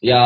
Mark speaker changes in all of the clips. Speaker 1: いやー、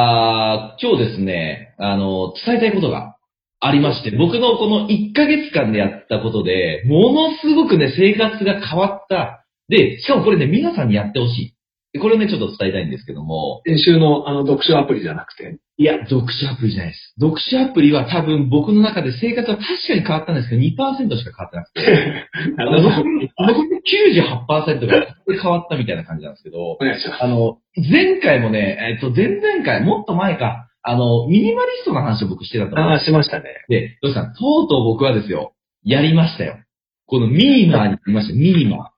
Speaker 1: 今日ですね、あの、伝えたいことがありまして、僕のこの1ヶ月間でやったことで、ものすごくね、生活が変わった。で、しかもこれね、皆さんにやってほしい。これをね、ちょっと伝えたいんですけども、
Speaker 2: 練習の、あの、読書アプリじゃなくて。
Speaker 1: いや、読書アプリじゃないです。読書アプリは多分僕の中で生活は確かに変わったんですけど、2%しか変わってなくて、
Speaker 2: あ
Speaker 1: の
Speaker 2: の、
Speaker 1: 残りの98%が変わったみたいな感じなんですけど、
Speaker 2: お願いしま
Speaker 1: あの、前回もね、えっと、前々回、もっと前か、あの、ミニマリストの話を僕してたと
Speaker 2: す。
Speaker 1: 思うん
Speaker 2: あ
Speaker 1: で
Speaker 2: あ、しましたね。
Speaker 1: す。で、どうしたとうとう僕はですよ、やりましたよ。このミニマーに行きました、ミニマー。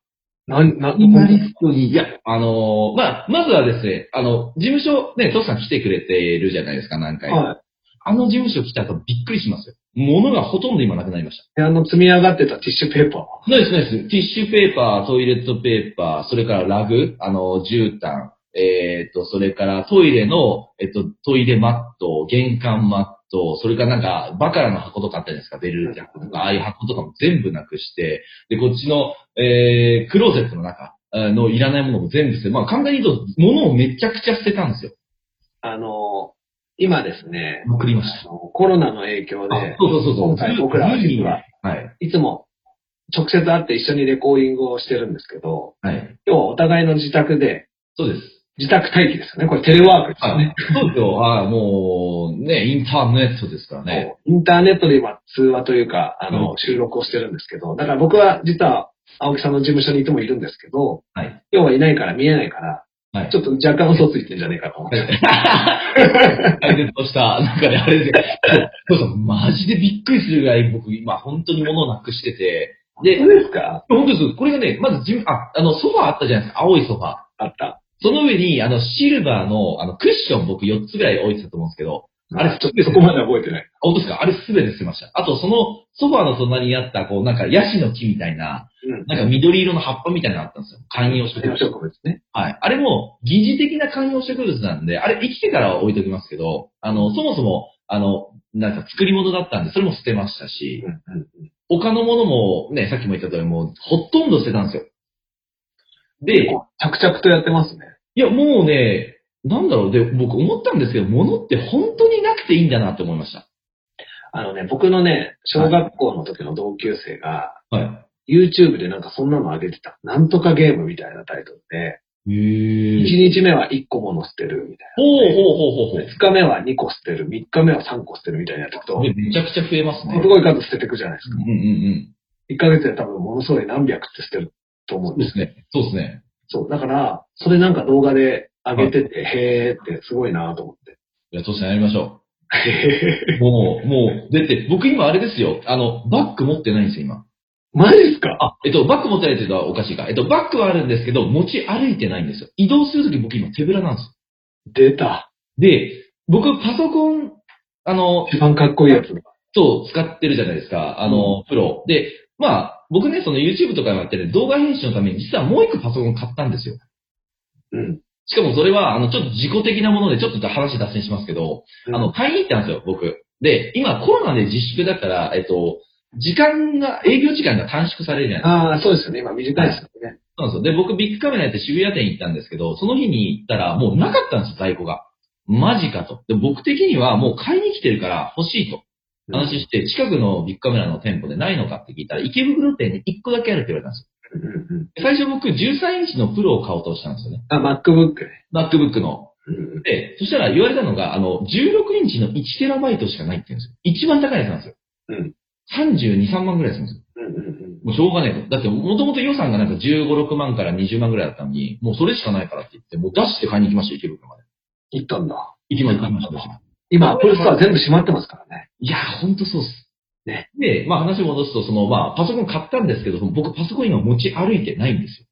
Speaker 2: なん、な、
Speaker 1: ミニマ
Speaker 2: ほん
Speaker 1: リストに、いや、あのーまあ、まずはですね、あの、事務所、ね、トシさん来てくれてるじゃないですか、何回も。
Speaker 2: はい。
Speaker 1: あの事務所来たとびっくりしますよ。物がほとんど今なくなりました。
Speaker 2: であの、積み上がってたティッシュペーパーは。
Speaker 1: ないです、ないです。ティッシュペーパー、トイレットペーパー、それからラグ、あの、絨毯、えーっと、それからトイレの、えっと、トイレマット、玄関マット、それからなんか、バカラの箱とかあったじゃないですか、ベルル箱とか、ああいう箱とかも全部なくして、で、こっちの、えー、クローゼットの中あのいらないものも全部捨て、まあ、簡単に言うと、物をめちゃくちゃ捨てたんですよ。
Speaker 2: あの、今ですね、
Speaker 1: 送りました。
Speaker 2: あのコロナの影響
Speaker 1: あ
Speaker 2: で、
Speaker 1: そうそうそうそう。
Speaker 2: 今回僕らは実は、
Speaker 1: はい。
Speaker 2: いつも直接会って一緒にレコーディングをしてるんですけど、
Speaker 1: はい。
Speaker 2: 今日はお互いの自宅で、
Speaker 1: そうです。
Speaker 2: 自宅待機ですよね。これテレワークですよ
Speaker 1: は
Speaker 2: ね
Speaker 1: い。。そうですよ。ああ、もう、ね、インターネットですからね。
Speaker 2: インターネットで今、通話というか、あ
Speaker 1: う
Speaker 2: の、収録をしてるんですけど、だから僕は実は、青木さんの事務所にいてもいるんですけど、
Speaker 1: はい
Speaker 2: 要はいないから見えないから、
Speaker 1: はい
Speaker 2: ちょっと若干嘘ついてんじゃねえかと思って。
Speaker 1: 解説をした中であれですよ。そうそう、マジでびっくりするぐらい僕今本当に物をなくしてて。で、
Speaker 2: 本当ですか
Speaker 1: 本当です。これがね、まず自分、あ、あの、ソファーあったじゃないですか。青いソファー。
Speaker 2: あった。
Speaker 1: その上に、あの、シルバーの、あの、クッション僕4つぐらい置いてたと思うんですけど、あれ
Speaker 2: ちょっとそこまでは覚えてな
Speaker 1: あ
Speaker 2: い。
Speaker 1: 本当ですかあれすべて捨てました。あと、その、ソファーの隣にあった、こう、なんか、ヤシの木みたいな、
Speaker 2: うん。
Speaker 1: なんか緑色の葉っぱみたいなのあったんですよ。観葉植
Speaker 2: 観葉
Speaker 1: 物。
Speaker 2: 植物ね。
Speaker 1: はい。あれも、疑似的な観葉植物なんで、あれ生きてからは置いておきますけど、あの、そもそも、あの、なんか作り物だったんで、それも捨てましたし
Speaker 2: う、んうん
Speaker 1: 他のものもね、さっきも言った通り、もう、ほとんど捨てたんですよ。で、い
Speaker 2: こう着々とやってますね。
Speaker 1: や、もうね、なんだろう、で、僕思ったんですけど、物って本当になくていいんだなって思いました。
Speaker 2: あのね、僕のね、小学校の時の同級生が、
Speaker 1: は
Speaker 2: YouTube でなんかそんなの上げてた。なんとかゲームみたいなタイトルで、
Speaker 1: い。へ
Speaker 2: 1日目は1個もの捨てるみたいな。
Speaker 1: ほうほうほうほうほ
Speaker 2: 2日目は2個捨てる、3日目は3個捨てるみたいにやっていくと、
Speaker 1: う。
Speaker 2: す
Speaker 1: ねめちゃくちゃ増えますね。
Speaker 2: ごい数捨てていくじゃないです
Speaker 1: う
Speaker 2: か。
Speaker 1: んうん
Speaker 2: 1ヶ月で多分ものすごい何百って捨てると思
Speaker 1: う。
Speaker 2: うんん
Speaker 1: そう
Speaker 2: で。
Speaker 1: ですすね。そうですね。
Speaker 2: そう。だから、それなんか動画で上げてて、へーってすごいなと思って。
Speaker 1: いや、トシさんやりましょう。もう、もう、だって、僕今あれですよ。あの、バッグ持ってないんですよ、今。
Speaker 2: マジっすか
Speaker 1: あ、えっと、バッグ持ってないって言うのはおかしいか。えっと、バッグはあるんですけど、持ち歩いてないんですよ。移動するとき僕今手ぶらなんですよ。
Speaker 2: 出た。
Speaker 1: で、僕パソコン、あの、
Speaker 2: 一番かっこいいやつだ。
Speaker 1: そう、使ってるじゃないですか。あの、プロ。で、まあ、僕ね、その YouTube とかもやってる動画編集のために実はもう一個パソコン買ったんですよ。
Speaker 2: うん。
Speaker 1: しかもそれは、あの、ちょっと自己的なもので、ちょっと話脱線しますけど、あの、、買いに行ったんですよ、僕。で、今コロナで自粛だから、えっと、時間が、営業時間が短縮されるじゃない
Speaker 2: ああ、そうですよね。今短いですよね。
Speaker 1: そうなんですよ。で、僕ビッグカメラやって渋谷店行ったんですけど、その日に行ったらもうなかったんですよ、在庫が。マジかと。で、僕的にはもう買いに来てるから欲しいと。話して、近くのビッグカメラの店舗でないのかって聞いたら、池袋店に1個だけあるって言われたんですよ
Speaker 2: うんうんうん。
Speaker 1: で。最初僕13インチのプロを買おうとしたんですよね。
Speaker 2: あ、MacBook ね。
Speaker 1: MacBook の。
Speaker 2: うんうん
Speaker 1: で、そしたら言われたのが、あの、16インチの 1TB しかないって言うんですよ。一番高いやつなんですよ。
Speaker 2: うん。
Speaker 1: 32、3万ぐらいするんですよ。
Speaker 2: うんうん
Speaker 1: もうしょうがねえと。だって、もともと予算がなんか15、6万から20万ぐらいだったのに、もうそれしかないからって言って、もう出して買いに行きましたよ、池袋まで。
Speaker 2: 行ったんだ。
Speaker 1: 行きました、行きました。
Speaker 2: 今、アップルストア全部閉まってますからね。
Speaker 1: いやー、ほんとそうっす。
Speaker 2: ね。
Speaker 1: で、まあ話戻すと、その、まあ、パソコン買ったんですけど、その僕パソコン今持ち歩いてないんですよ。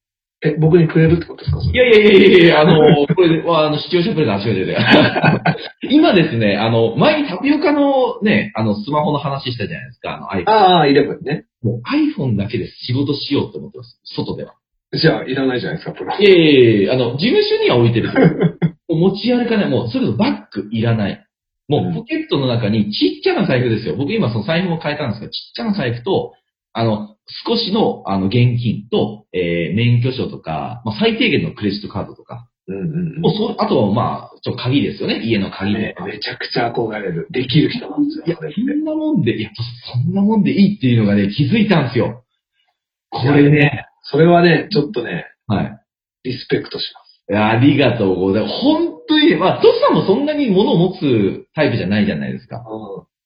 Speaker 2: え、僕にくれるってことですかそ
Speaker 1: い
Speaker 2: れ
Speaker 1: やいやいやいやいや、あの、これは、あの、視聴者プレゼン初めてで。 今ですね、あの、前にタピオカのね、あの、スマホの話したじゃないですか、あの、iPhone。
Speaker 2: ああ、いればね。
Speaker 1: もう iPhone だけで仕事しようって思ってます。外では。
Speaker 2: じゃあ、いらないじゃないですか、プロ。
Speaker 1: いやいやいやあの、事務所には置いてる。 もう持ち歩かない。もう、それこそバッグいらない。もうポケットの中にちっちゃな財布ですよ。僕今その財布も変えたんですけど、ちっちゃな財布と、あの、少しの、あの、現金と、えー、免許証とか、まあ、最低限のクレジットカードとか、
Speaker 2: うんうん
Speaker 1: もうそう、あとはまあ、ちょっと鍵ですよね。家の鍵と
Speaker 2: ね
Speaker 1: か。
Speaker 2: めちゃくちゃ憧れる。できる人なんですよ、
Speaker 1: いや、
Speaker 2: それって
Speaker 1: そんなもんで、いや、そんなもんでいいっていうのがね、気づいたんですよ。これね。
Speaker 2: それはね、ちょっとね、
Speaker 1: はい。
Speaker 2: リスペクトします。
Speaker 1: いやありがとうございます。本当に、まあ、トシさんもそんなに物を持つタイプじゃないじゃないですか。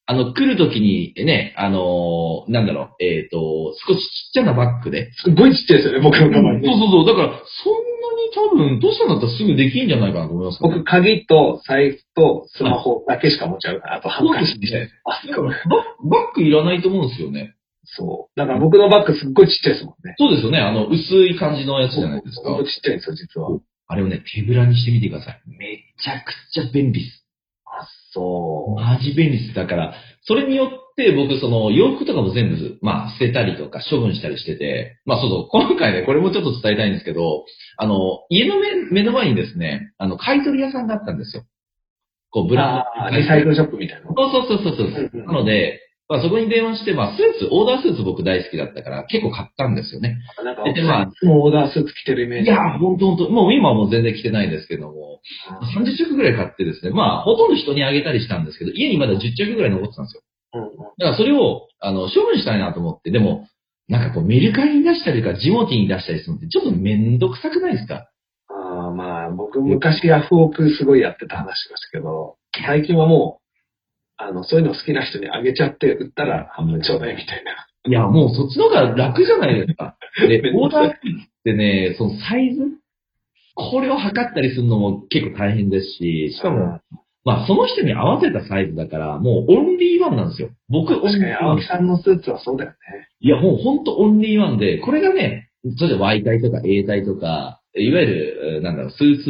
Speaker 1: あの、来るときにね、あのーなんだろう、えっ、と、少しちっちゃなバッグで。
Speaker 2: すごいちっちゃいですよね、僕の
Speaker 1: そう
Speaker 2: カバ
Speaker 1: そう
Speaker 2: ンね。
Speaker 1: そう。だから、そんなに多分、トシさんだったらすぐできんじゃないかなと思いますけど、
Speaker 2: 僕、鍵と財布とスマホだけしか持っちゃうから、あとハンカチみたいな。あ、
Speaker 1: だからババッグいらないと思うんですよね。
Speaker 2: そう。だから僕のバッグすっごいちっちゃいですもんね。
Speaker 1: そうですよね。あの、薄い感じのやつじゃないですか
Speaker 2: 僕。ちっちゃいんですよ、実は。
Speaker 1: あれをね、手ぶらにしてみてください。めちゃくちゃ便利です。
Speaker 2: あ、そ
Speaker 1: マジ便利です。だから、それによって僕、その、洋服とかも全部、まあ、捨てたりとか、処分したりしてて、まあ、そうそう、今回ね、これもちょっと伝えたいんですけど、あの、家の目目の前にですね、あの、買い取り屋さんがあったんですよ。こう、
Speaker 2: う。
Speaker 1: ブラ
Speaker 2: あ
Speaker 1: ン
Speaker 2: ー
Speaker 1: ド。
Speaker 2: リサイクルショップみたいな。
Speaker 1: そうそうそうそうそう
Speaker 2: うんうん
Speaker 1: なので、まあ、そこに電話して、まあ、スーツ、オーダースーツ僕大好きだったから、結構買ったんですよね。
Speaker 2: なんか、
Speaker 1: でまあ
Speaker 2: いつもオーダースーツ着てるイメー
Speaker 1: い
Speaker 2: ジ。
Speaker 1: やー、ほんとほんと、もう今はもう全然着てないんですけども、
Speaker 2: う
Speaker 1: 30着ぐらい買ってですね、まあ、ほとんど人にあげたりしたんですけど、家にまだ10着ぐらい残ってたんですよ
Speaker 2: んうん
Speaker 1: だからそれを、あの、処分したいなと思って、でも、なんかこう、メルカリに出したりとか、ジモティに出したりするのって、ちょっとめんどくさくないですか
Speaker 2: あーまあ、僕昔ヤフオクすごいやってた話しましたけど、最近はもう、あの、そういうの好きな人にあげちゃって売ったら半分ちょうだいみたいな。
Speaker 1: いや、もうそっちの方が楽じゃないです か。で
Speaker 2: め、ん
Speaker 1: オ
Speaker 2: ど
Speaker 1: ー
Speaker 2: くさい
Speaker 1: ダーってね、そのサイズこれを測ったりするのも結構大変ですし、しかも、まあその人に合わせたサイズだから、もうオンリーワンなんですよ。僕、オン
Speaker 2: 確
Speaker 1: リー
Speaker 2: かに
Speaker 1: ワン
Speaker 2: 青木。さんのスーツはそうだよね。
Speaker 1: いや、もうほんとオンリーワンで、これがね、例えば Y 体とか A 体とか、いわゆる、えーなんだろう、スーツ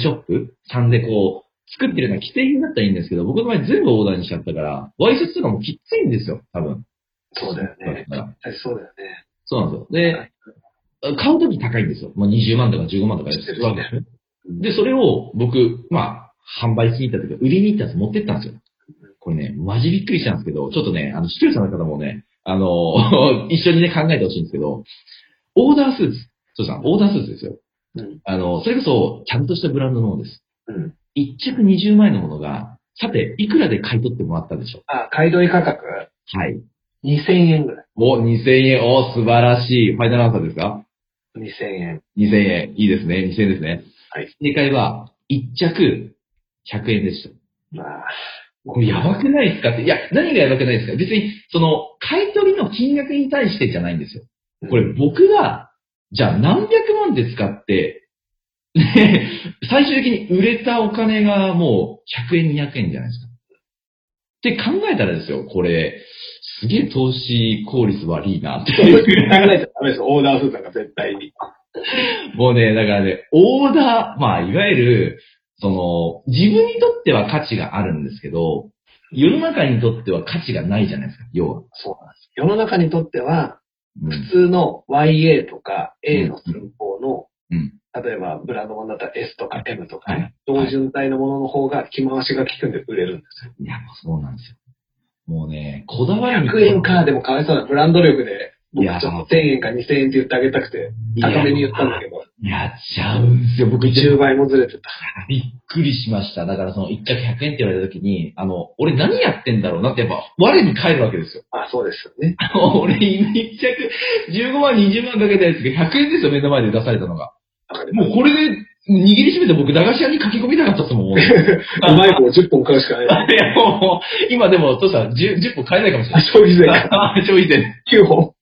Speaker 1: ショップさんでこう、作ってるような既製品だったらいいんですけど、僕の場合全部オーダーにしちゃったから、ワイシャツとかもきついんですよ、多分。
Speaker 2: そうだよね。
Speaker 1: だから
Speaker 2: 絶対そうだよね。
Speaker 1: そうなんですよ。で、買うとき高いんですよ。もう20万とか15万とか
Speaker 2: してる
Speaker 1: わけですね。で、それを僕、まあ、販売しに行った時、売りに行ったやつ持ってったんですよ。これね、マジびっくりしたんですけど、ちょっとね、あの、視聴者の方もね、あの、 一緒にね、考えてほしいんですけど、オーダースーツ、そうさん、オーダースーツですよ。
Speaker 2: うん
Speaker 1: あの、それこそ、ちゃんとしたブランドのものです。
Speaker 2: うん。
Speaker 1: 一着20万円のものが、さて、いくらで買い取ってもらったでしょ
Speaker 2: あ、買い取り価格
Speaker 1: うはい。
Speaker 2: 2000円ぐらい。
Speaker 1: お、2000円、お、素晴らしい。ファイナルアンサーですか
Speaker 2: 2000円。
Speaker 1: 2000円。いいですね。2000円ですね。
Speaker 2: はい。
Speaker 1: 正解は、1着100円でした。
Speaker 2: まあ、
Speaker 1: これやばくないですかって。いや、何がやばくないですか別に、その、買い取りの金額に対してじゃないんですよ。これ僕が、じゃあ何百万で使って、ね、最終的に売れたお金がもう100円、200円じゃないですか。って考えたらですよ、これ、すげえ投資効率悪いなっていう。
Speaker 2: 考えちゃダメです。オーダースーツなんか絶対に。
Speaker 1: もうね、だからね、オーダー、まあ、いわゆる、その、自分にとっては価値があるんですけど、世の中にとっては価値がないじゃないですか、要は。
Speaker 2: そうなんです。世の中にとっては、
Speaker 1: うん
Speaker 2: 普通の YA とか A の寸法の、
Speaker 1: うん
Speaker 2: 例えばブランド物だったら S とか M とか、
Speaker 1: はい
Speaker 2: 標準体のものの方が着回しが効くんで売れるんですよ。
Speaker 1: いや、そうなんですよ。もうね、こだわりに
Speaker 2: 100円か、でもかわいそうなブランド力で、
Speaker 1: い
Speaker 2: 僕ち
Speaker 1: や
Speaker 2: ょっと1000円か2000円って言ってあげたくて、高めに言ったんだけど、
Speaker 1: いや、ちゃうんですよ。僕、
Speaker 2: 10倍もずれてた。
Speaker 1: びっくりしました。だからその、一着100円って言われた時に、あの、俺何やってんだろうなって、やっぱ、我に返るわけですよ。
Speaker 2: あ、そうですよね。
Speaker 1: あの俺、一着15万、20万かけたやつが100円ですよ、目の前で出されたのが。
Speaker 2: わかります
Speaker 1: もうこれで握りしめて僕、駄菓子屋に駆け込みたかったですもん。 俺
Speaker 2: うまい棒10本買うしかない。
Speaker 1: いや、もう、今でも、トシさん、10, 10分買えないかもしれ
Speaker 2: あ
Speaker 1: ない。
Speaker 2: 消費 税が
Speaker 1: 消費税、
Speaker 2: 9本、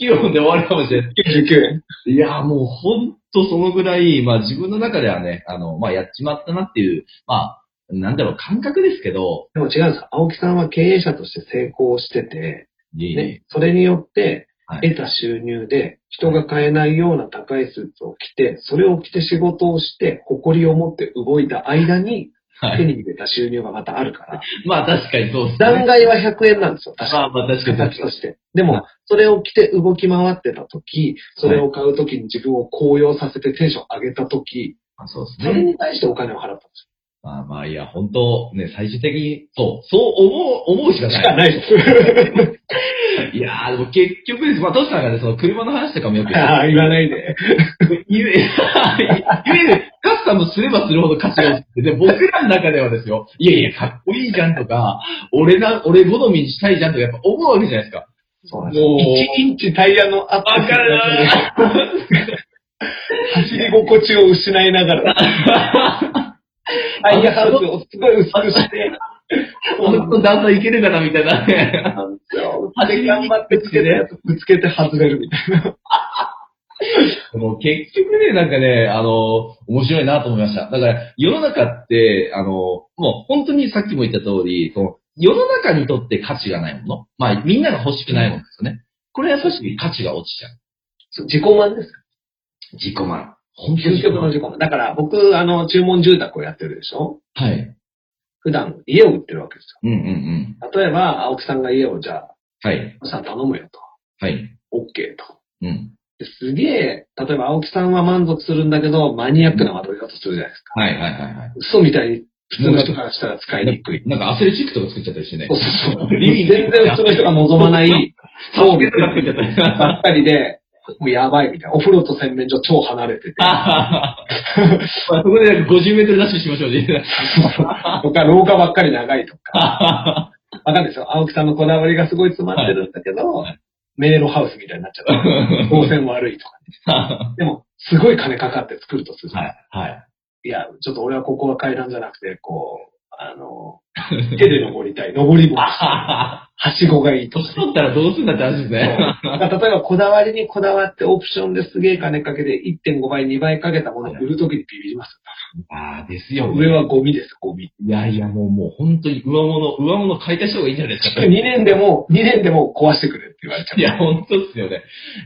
Speaker 1: 9本で終わるかもしれない。
Speaker 2: 99円。
Speaker 1: いや、もうほんとそのぐらい、まあ自分の中ではね、あの、まあやっちまったなっていう、まあ、なんだろう、感覚ですけど、
Speaker 2: でも違うんです。青木さんは経営者として成功してて、
Speaker 1: いえいえ
Speaker 2: ね、それによって、
Speaker 1: はい
Speaker 2: 得た収入で、人が買えないような高いスーツを着て、それを着て仕事をして、誇りを持って動いた間に、
Speaker 1: は
Speaker 2: 手
Speaker 1: い。
Speaker 2: に入れた収入がまたあるから、
Speaker 1: まあ確かにそうです
Speaker 2: 残
Speaker 1: ね。
Speaker 2: 骸は100円なんですよ、確か
Speaker 1: まあまあ確かに
Speaker 2: に。
Speaker 1: 確
Speaker 2: 形
Speaker 1: か
Speaker 2: と
Speaker 1: に。
Speaker 2: して。でも、それを着て動き回ってた時、それを買う時に自分を高揚させてテンション上げた時、
Speaker 1: まあ そうです
Speaker 2: それ
Speaker 1: ね。
Speaker 2: に対してお金を払ったんです
Speaker 1: まあまあいや、本当ね、最終的に、そう、そう思う、思うしか
Speaker 2: よ。
Speaker 1: ない。
Speaker 2: しかない で
Speaker 1: いやー、でも結局です。まあ、トシさんがね、その車の話とかもよく
Speaker 2: す。ああ、言わないで。
Speaker 1: 言え、言え、カスタムすればするほど価値が落ちて、で、僕らの中ではですよ、いやいや、かっこいいじゃんとか、俺な、俺好みにしたいじゃんとか、やっぱ思うわけじゃないですか。
Speaker 2: そう
Speaker 1: なんで
Speaker 2: な
Speaker 1: すよ
Speaker 2: 1インチタイヤのアップ
Speaker 1: わかる
Speaker 2: 走り心地を失いなが ら、タイヤハウスをすごい薄くして、
Speaker 1: 本当段差いけるかなみたいなね。
Speaker 2: なんですよ。で、頑張ってつけたやつぶつけて外れるみたい
Speaker 1: で も結局ね、なんかね、あの、面白いなと思いました。だから、世の中って、あの、もう本当にさっきも言った通り、その世の中にとって価値がないもの。まあ、みんなが欲しくないものですよね。これは確かに価値が落ちちゃう。
Speaker 2: な。自己満です。
Speaker 1: 自己満。本当に
Speaker 2: 究
Speaker 1: 自己
Speaker 2: 極の
Speaker 1: 満。
Speaker 2: 自己満。だから僕、あの、注文住宅をやってるでしょ
Speaker 1: はい。
Speaker 2: 普段家を売ってるわけです
Speaker 1: うんうんうん。
Speaker 2: よ。例えば、青木さんが家をじゃあ、
Speaker 1: はい。
Speaker 2: さん頼むよと。
Speaker 1: はい。
Speaker 2: OK と。
Speaker 1: うん。
Speaker 2: ですげえ、例えば青木さんは満足するんだけど、マニアックなまとめ方するじゃないですか。
Speaker 1: はいはいはいは
Speaker 2: 嘘みたいに、普通の人からしたら使いにくい。
Speaker 1: い。なんかアスレチックとか作っちゃったりしてね
Speaker 2: そう。そうそう。全然普通の人が望まない装備
Speaker 1: とか作っちゃったり。
Speaker 2: ばっかりで、もうやばいみたいな。お風呂と洗面所超離れて て。
Speaker 1: あーまあそこでなんか50メートルダッシュしましょうね。
Speaker 2: とか、廊下ばっかり長いとか。わかんないですよ。青木さんのこだわりがすごい詰まってるんだけど、
Speaker 1: は
Speaker 2: 迷路ハウスみたいになっちゃった。動線悪いとか。
Speaker 1: は
Speaker 2: でも、すごい金かかって作るとする。い、
Speaker 1: い、はい。
Speaker 2: や、ちょっと俺はここは階段じゃなくて、こう、あの、手で登りたい。登り棒。はしごがいいとか。
Speaker 1: 年取ったらどうすんだって話ですね。
Speaker 2: だから例えば、こだわりにこだわってオプションですげえ金かけて1.5倍、2倍かけたものを売るときにビビります。
Speaker 1: ああ、ですよ、
Speaker 2: 上は。ゴミです、ゴミ。
Speaker 1: いやいや、もう、もう本当に上物、上物買い足した方がいいんじゃないですか。
Speaker 2: 2年でも、2年でも壊してくれって言われちゃう。
Speaker 1: いや、本当っすよね。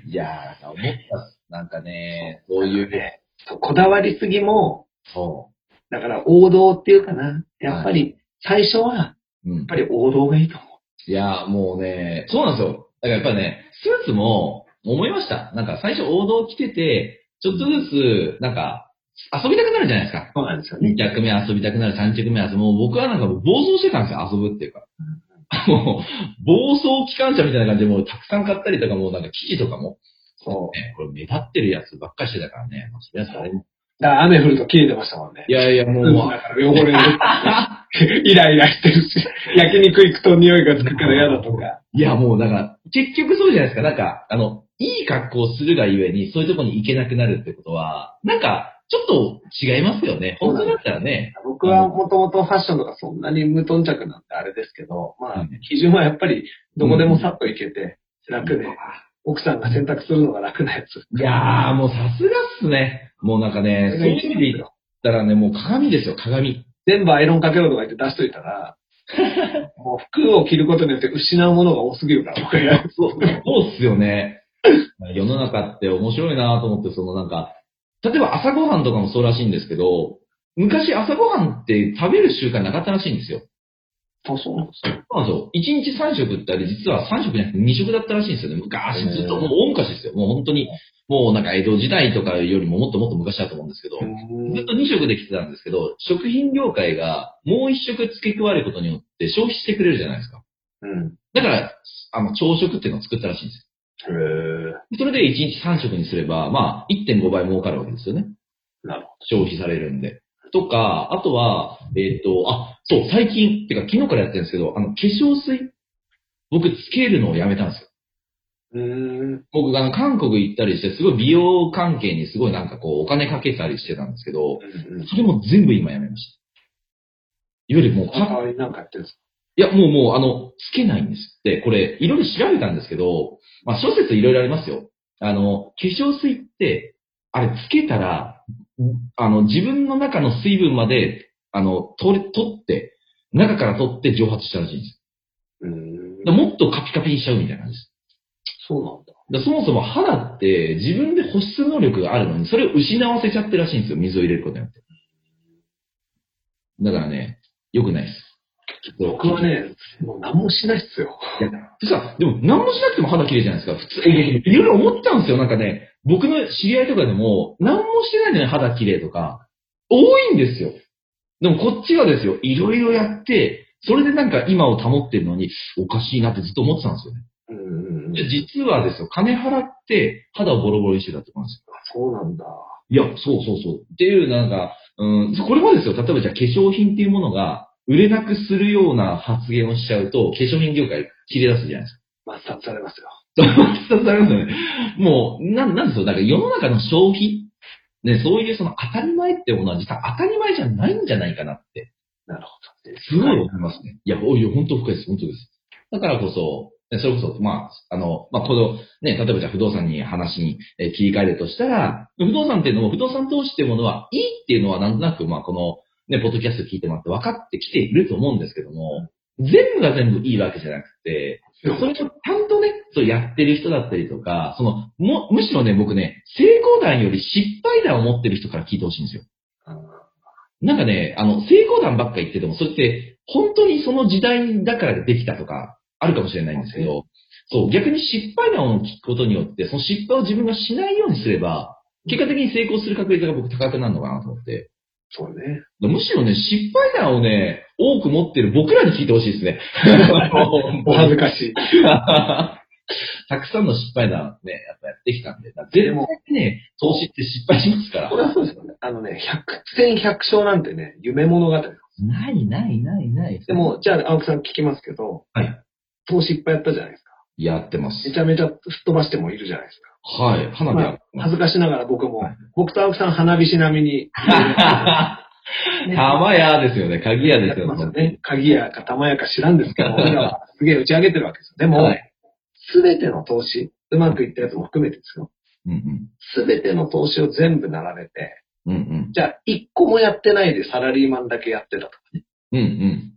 Speaker 1: いやー、思った。なんかね、そういうね。
Speaker 2: ね、そうこだわりすぎも、
Speaker 1: そ
Speaker 2: だから王道っていうかな。やっぱり、最初は、やっ
Speaker 1: う。うん
Speaker 2: ぱ。り王道がいいと思
Speaker 1: いやー、もうね、そうなんですよ。だからやっぱね、スーツも思いました。なんか最初王道着てて、ちょっとずつ、なんか、遊びたくなるじゃないですか
Speaker 2: う。。そうなんですよ
Speaker 1: 2。着目遊びたくなる、3着目遊ぶ。もう僕はなんかもう暴走してたんですよ、遊ぶっていうか。もう、暴走機関車みたいな感じでもうたくさん買ったりとか、もうなんか生地とかも、
Speaker 2: そ
Speaker 1: ね、これ目立ってるやつばっかりしてたからね。まあ、そりゃそう
Speaker 2: う。だから雨降ると切れてましたもんね。
Speaker 1: いやいや、 もう、
Speaker 2: うんだから汚れる。イライラしてるし、焼肉行くと匂いがつくから嫌だとか。
Speaker 1: いやもうだから、結局そうじゃないですか。なんか、あの、いい格好をするがゆえに、そういうとこに行けなくなるってことは、なんか、ちょっと違いますよね。本当だったらね。
Speaker 2: 僕はもともとファッションとかそんなに無頓着なんてあれですけど、ま
Speaker 1: う
Speaker 2: あ
Speaker 1: ん、
Speaker 2: 基準はやっぱりどこでもさっと行けて、楽で、
Speaker 1: い
Speaker 2: 奥さんが洗濯するのが楽なやつ。
Speaker 1: やー、もうさすがっすね。もうなんかね、そういう意味で言ったらね、もう鏡ですよ、鏡。
Speaker 2: 全部アイロンかけろとか言って出しといたら、 もう服を着ることによって失うものが多すぎるから、僕は
Speaker 1: そう、そうっすよね。世の中って面白いなと思って、そのなんか、例えば朝ごはんとかもそうらしいんですけど、昔朝ごはんって食べる習慣なかったらしいんですよ。
Speaker 2: そうなんですよ。
Speaker 1: そうなんですよ。1日3食ってあれ、実は3食じゃなくて2食だったらしいんですよね。昔、ずっと、
Speaker 2: へ
Speaker 1: も
Speaker 2: ー
Speaker 1: う大昔ですよ。もう本当に、もうなんか江戸時代とかよりももっともっと昔だと思うんですけど、ずっと2食できてたんですけど、食品業界がもう1食付け加えることによって消費してくれるじゃないですか。
Speaker 2: うん。
Speaker 1: だから、あの、朝食っていうのを作ったらしいんですよ
Speaker 2: へー
Speaker 1: それで1日3食にすれば、まあ、1.5倍儲かるわけですよね。
Speaker 2: なるほ
Speaker 1: 消費されるんで。とか、あとは、えっ、と、あ、そう、最近、てか昨日からやってるんですけど、あの、化粧水。僕、つけるのをやめたんですよ。
Speaker 2: ど。うん。
Speaker 1: 僕、あの、韓国行ったりして、すごい美容関係にすごいなんかこう、お金かけたりしてたんですけど、それも全部今やめました。いわゆるもう、
Speaker 2: 代わりになんかやってるんです
Speaker 1: いや、もうもう、あの、つけないんですって、これ、いろいろ調べたんですけど、まあ、諸説いろいろありますよ。あの、化粧水って、あれ、つけたら、あの、自分の中の水分まで、あの、取れ、取って、中から取って蒸発したらしいんです。
Speaker 2: うん
Speaker 1: だからもっとカピカピにしちゃうみたいな感じです。
Speaker 2: そうなんだ。
Speaker 1: だからそもそも肌って自分で保湿能力があるのに、それを失わせちゃってるらしいんですよ。水を入れることによって。だからね、良くないです。
Speaker 2: 僕はね、もう何もしないっすよ。
Speaker 1: いや、さ、でも何もしなくても肌綺麗じゃないですか。普通、いろいろ思っちゃうんですよ。なんかね、僕の知り合いとかでも、何もしてないのに肌綺麗とか、多いんですよ。でもこっちはですよ、いろいろやって、それでなんか今を保ってるのに、おかしいなってずっと思ってたんですよね。
Speaker 2: うんうんうん
Speaker 1: で実はですよ、金払って肌をボロボロにしてたってことなんですよ
Speaker 2: そうなんだ。
Speaker 1: いや、そうそうそう。っていう、なんか、うん、これもですよ、例えばじゃあ化粧品っていうものが、売れなくするような発言をしちゃうと、化粧品業界切れ出すじゃないですか。
Speaker 2: 抹殺されますよ。
Speaker 1: そうなりますよね。もう、なん、なんですよ、だから世の中の消費、ね、そういうその当たり前ってものは実は当たり前じゃないんじゃないかなって、
Speaker 2: なるほど。
Speaker 1: すごい思いますね。いや、おいや、本当深いです、本当です。だからこそ、ねそれこそ、まあ、あの、まあ、この、ね、例えばじゃあ不動産に話にえー切り替えるとしたら、不動産っていうのも、不動産投資っていうものは、いいっていうのはなんとなく、まあ、この、ね、ポッドキャスト聞いてもらって分かってきていると思うんですけども、全部が全部いいわけじゃなくて、それをちゃんとね、そうやってる人だったりとか、その、も、むしろね、僕ね、成功談より失敗談を持ってる人から聞いてほしいんですよ。なんかね、あの、成功談ばっか言ってても、それって、本当にその時代だからできたとか、あるかもしれないんですけど、そう、逆に失敗談を聞くことによって、その失敗を自分がしないようにすれば、結果的に成功する確率が僕高くなるのかなと思って。
Speaker 2: そうね。
Speaker 1: むしろね、失敗談をね、多く持ってる僕らに聞いてほしいですね。
Speaker 2: お恥ずかしい。
Speaker 1: たくさんの失敗談をね、やっぱやってきたんで、絶対にね、投資って失敗しますから
Speaker 2: こ。れはそうですよね。あのね、百戦百勝なんてね、夢物語。
Speaker 1: ないないないない。
Speaker 2: でも、じゃあ、青木さん聞きますけど、
Speaker 1: はい。
Speaker 2: 投資いっぱいやったじゃないですか。
Speaker 1: やってます
Speaker 2: め。ちゃめちゃ吹っ飛ばしてもいるじゃないですか。
Speaker 1: はい。花火
Speaker 2: まあ、恥ずかしながら僕も、僕と青木さん花火師並み に、 ね
Speaker 1: 玉屋ですよね。鍵屋で
Speaker 2: や
Speaker 1: す
Speaker 2: って
Speaker 1: よ
Speaker 2: ますよね。鍵やか玉やか知らんです けど、俺らはすげえ打ち上げてるわけですよ。でも
Speaker 1: は、
Speaker 2: すべ、ての投資、うまくいったやつも含めてですよ。
Speaker 1: うん
Speaker 2: すべての投資を全部並べて、
Speaker 1: うん。うん
Speaker 2: じゃあ、一個もやってないでサラリーマンだけやってたとか
Speaker 1: うん。うん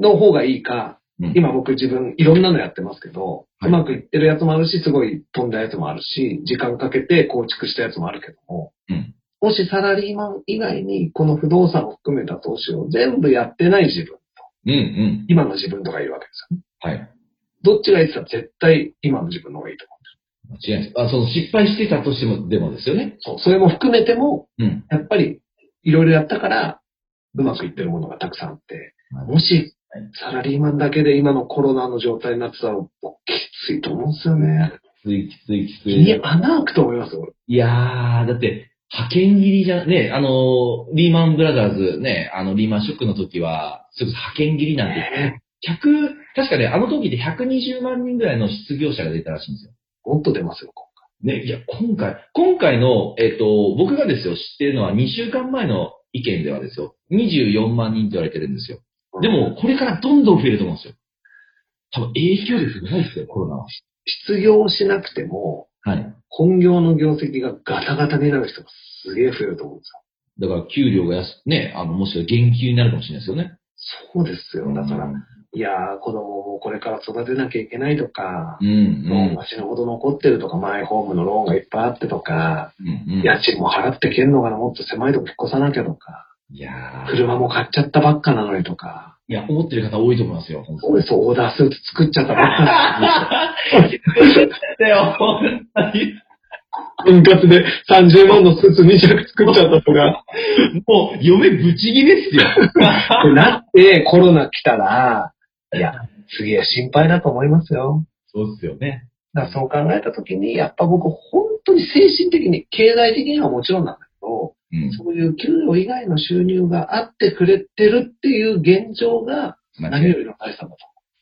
Speaker 2: の方がいいか、
Speaker 1: うん。
Speaker 2: 今僕自分いろんなのやってますけど、
Speaker 1: はいう
Speaker 2: まくいってるやつもあるし、すごい飛んだやつもあるし、時間かけて構築したやつもあるけども、
Speaker 1: うん
Speaker 2: もしサラリーマン以外にこの不動産を含めた投資を全部やってない自分、
Speaker 1: うんうん。
Speaker 2: 今の自分とかいるわけですよ
Speaker 1: はい。
Speaker 2: どっちがいいって言ったら絶対今の自分の方がいいと
Speaker 1: 違います。あ、その失敗してたとしても、でもですよね。
Speaker 2: 思う。そう。それも含めても、
Speaker 1: うん。
Speaker 2: やっぱりいろいろやったから、うまくいってるものがたくさんあって、もし
Speaker 1: はい、
Speaker 2: サラリーマンだけで今のコロナの状態になってたら、僕きついと思うんですよね。
Speaker 1: きついきついきつい。
Speaker 2: いや、穴開くと思いますよ。
Speaker 1: いやー、だって、派遣切りじゃ、ね、あのー、リーマンブラザーズ、ね、あの、リーマンショックの時は、それこそ派遣切りなんて、
Speaker 2: ねえ
Speaker 1: 100、確かね、あの時で120万人ぐらいの失業者が出たらしいんですよ。
Speaker 2: ほんと出ますよ、こ
Speaker 1: ね、いや、今回、今回の、えっ、と、僕がですよ、知ってるのは2週間前の意見ではですよ、24万人って言われてるんですよ。
Speaker 2: こ
Speaker 1: で、も、これからどんどん増えると思うんですよ。多分影響力がないですよ、コロナは。
Speaker 2: 失業しなくても、
Speaker 1: はい。
Speaker 2: 本業の業績がガタガタになる人がすげえ増えると思うんですよ。
Speaker 1: だから、給料が安、ね、あの、もしくは減給になるかもしれないですよね。
Speaker 2: そうですよ。だから、
Speaker 1: う
Speaker 2: いやー、子供もこれから育てなきゃいけないとか、
Speaker 1: ん、う
Speaker 2: ローン
Speaker 1: ん、
Speaker 2: が死ぬほど残ってるとか、マイホームのローンがいっぱいあってとか、
Speaker 1: うん。うん、いや
Speaker 2: 家賃も払ってけんのかな、もっと狭いとこ引っ越さなきゃとか、
Speaker 1: ーい
Speaker 2: 車も買っちゃったばっかなのにとか、
Speaker 1: や、思ってる方多いと思いますよ、本 当に。
Speaker 2: 俺そう、オーダースーツ作っちゃったばっかな
Speaker 1: だよ、本当に。
Speaker 2: のに、分割で30万のスーツ2着作っちゃったとか、
Speaker 1: もう、嫁ぶち切れっすよ。
Speaker 2: ってなって、コロナ来たら、いや、すげえ心配だと思いますよ。
Speaker 1: そうっすよね。
Speaker 2: だからそう考えたときに、やっぱ僕、本当に精神的に、経済的にはもちろんなんだけど、
Speaker 1: うん。
Speaker 2: そういう給与以外の収入があってくれてるっていう現状が
Speaker 1: 間
Speaker 2: 何
Speaker 1: 違い
Speaker 2: よりの大差だと。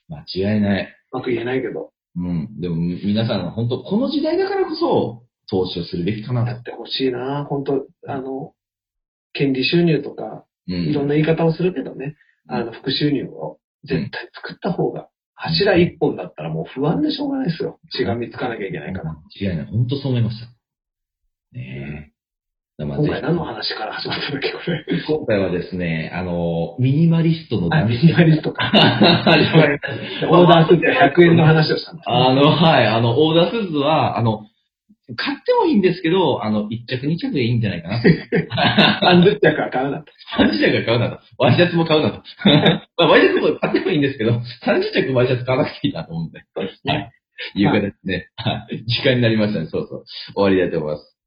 Speaker 1: 間違いない。
Speaker 2: うまく言えないけど、
Speaker 1: うん。でも、み皆さん、本当この時代だからこそ、投資をするべきかな
Speaker 2: や
Speaker 1: と。
Speaker 2: ってほしいな本当あの、権利収入とか、
Speaker 1: うん。
Speaker 2: いろんな言い方をするけどね、あの、副収入を絶対作った方が、柱一本だったらもう不安でしょうがないですよ。血が見つかなきゃいけないから。
Speaker 1: 違いない。本当そう思いました。ねまあ
Speaker 2: 今回何の話から始まったんだっけ、これ。
Speaker 1: ぜひ今回はですね、あの、ミニマリストの
Speaker 2: あ、ミニマリストか。
Speaker 1: 始まりました
Speaker 2: オーダーするって100円の話をしたんだ。
Speaker 1: あの、はい、あの、オーダースーツは、あの、買ってもいいんですけど、あの、1着2着でいいんじゃないかな。
Speaker 2: 30着は買うなと。
Speaker 1: 30着は買うなと。ワイシャツも買うなと。 まあ、ワイシャツも買ってもいいんですけど、30着ワイシャツ買わなくていいなと思うんで。はい。いう形ですね。はい。時間になりましたね。そうそう。終わりだと思います。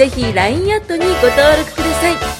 Speaker 3: ぜひ LINE アットにご登録ください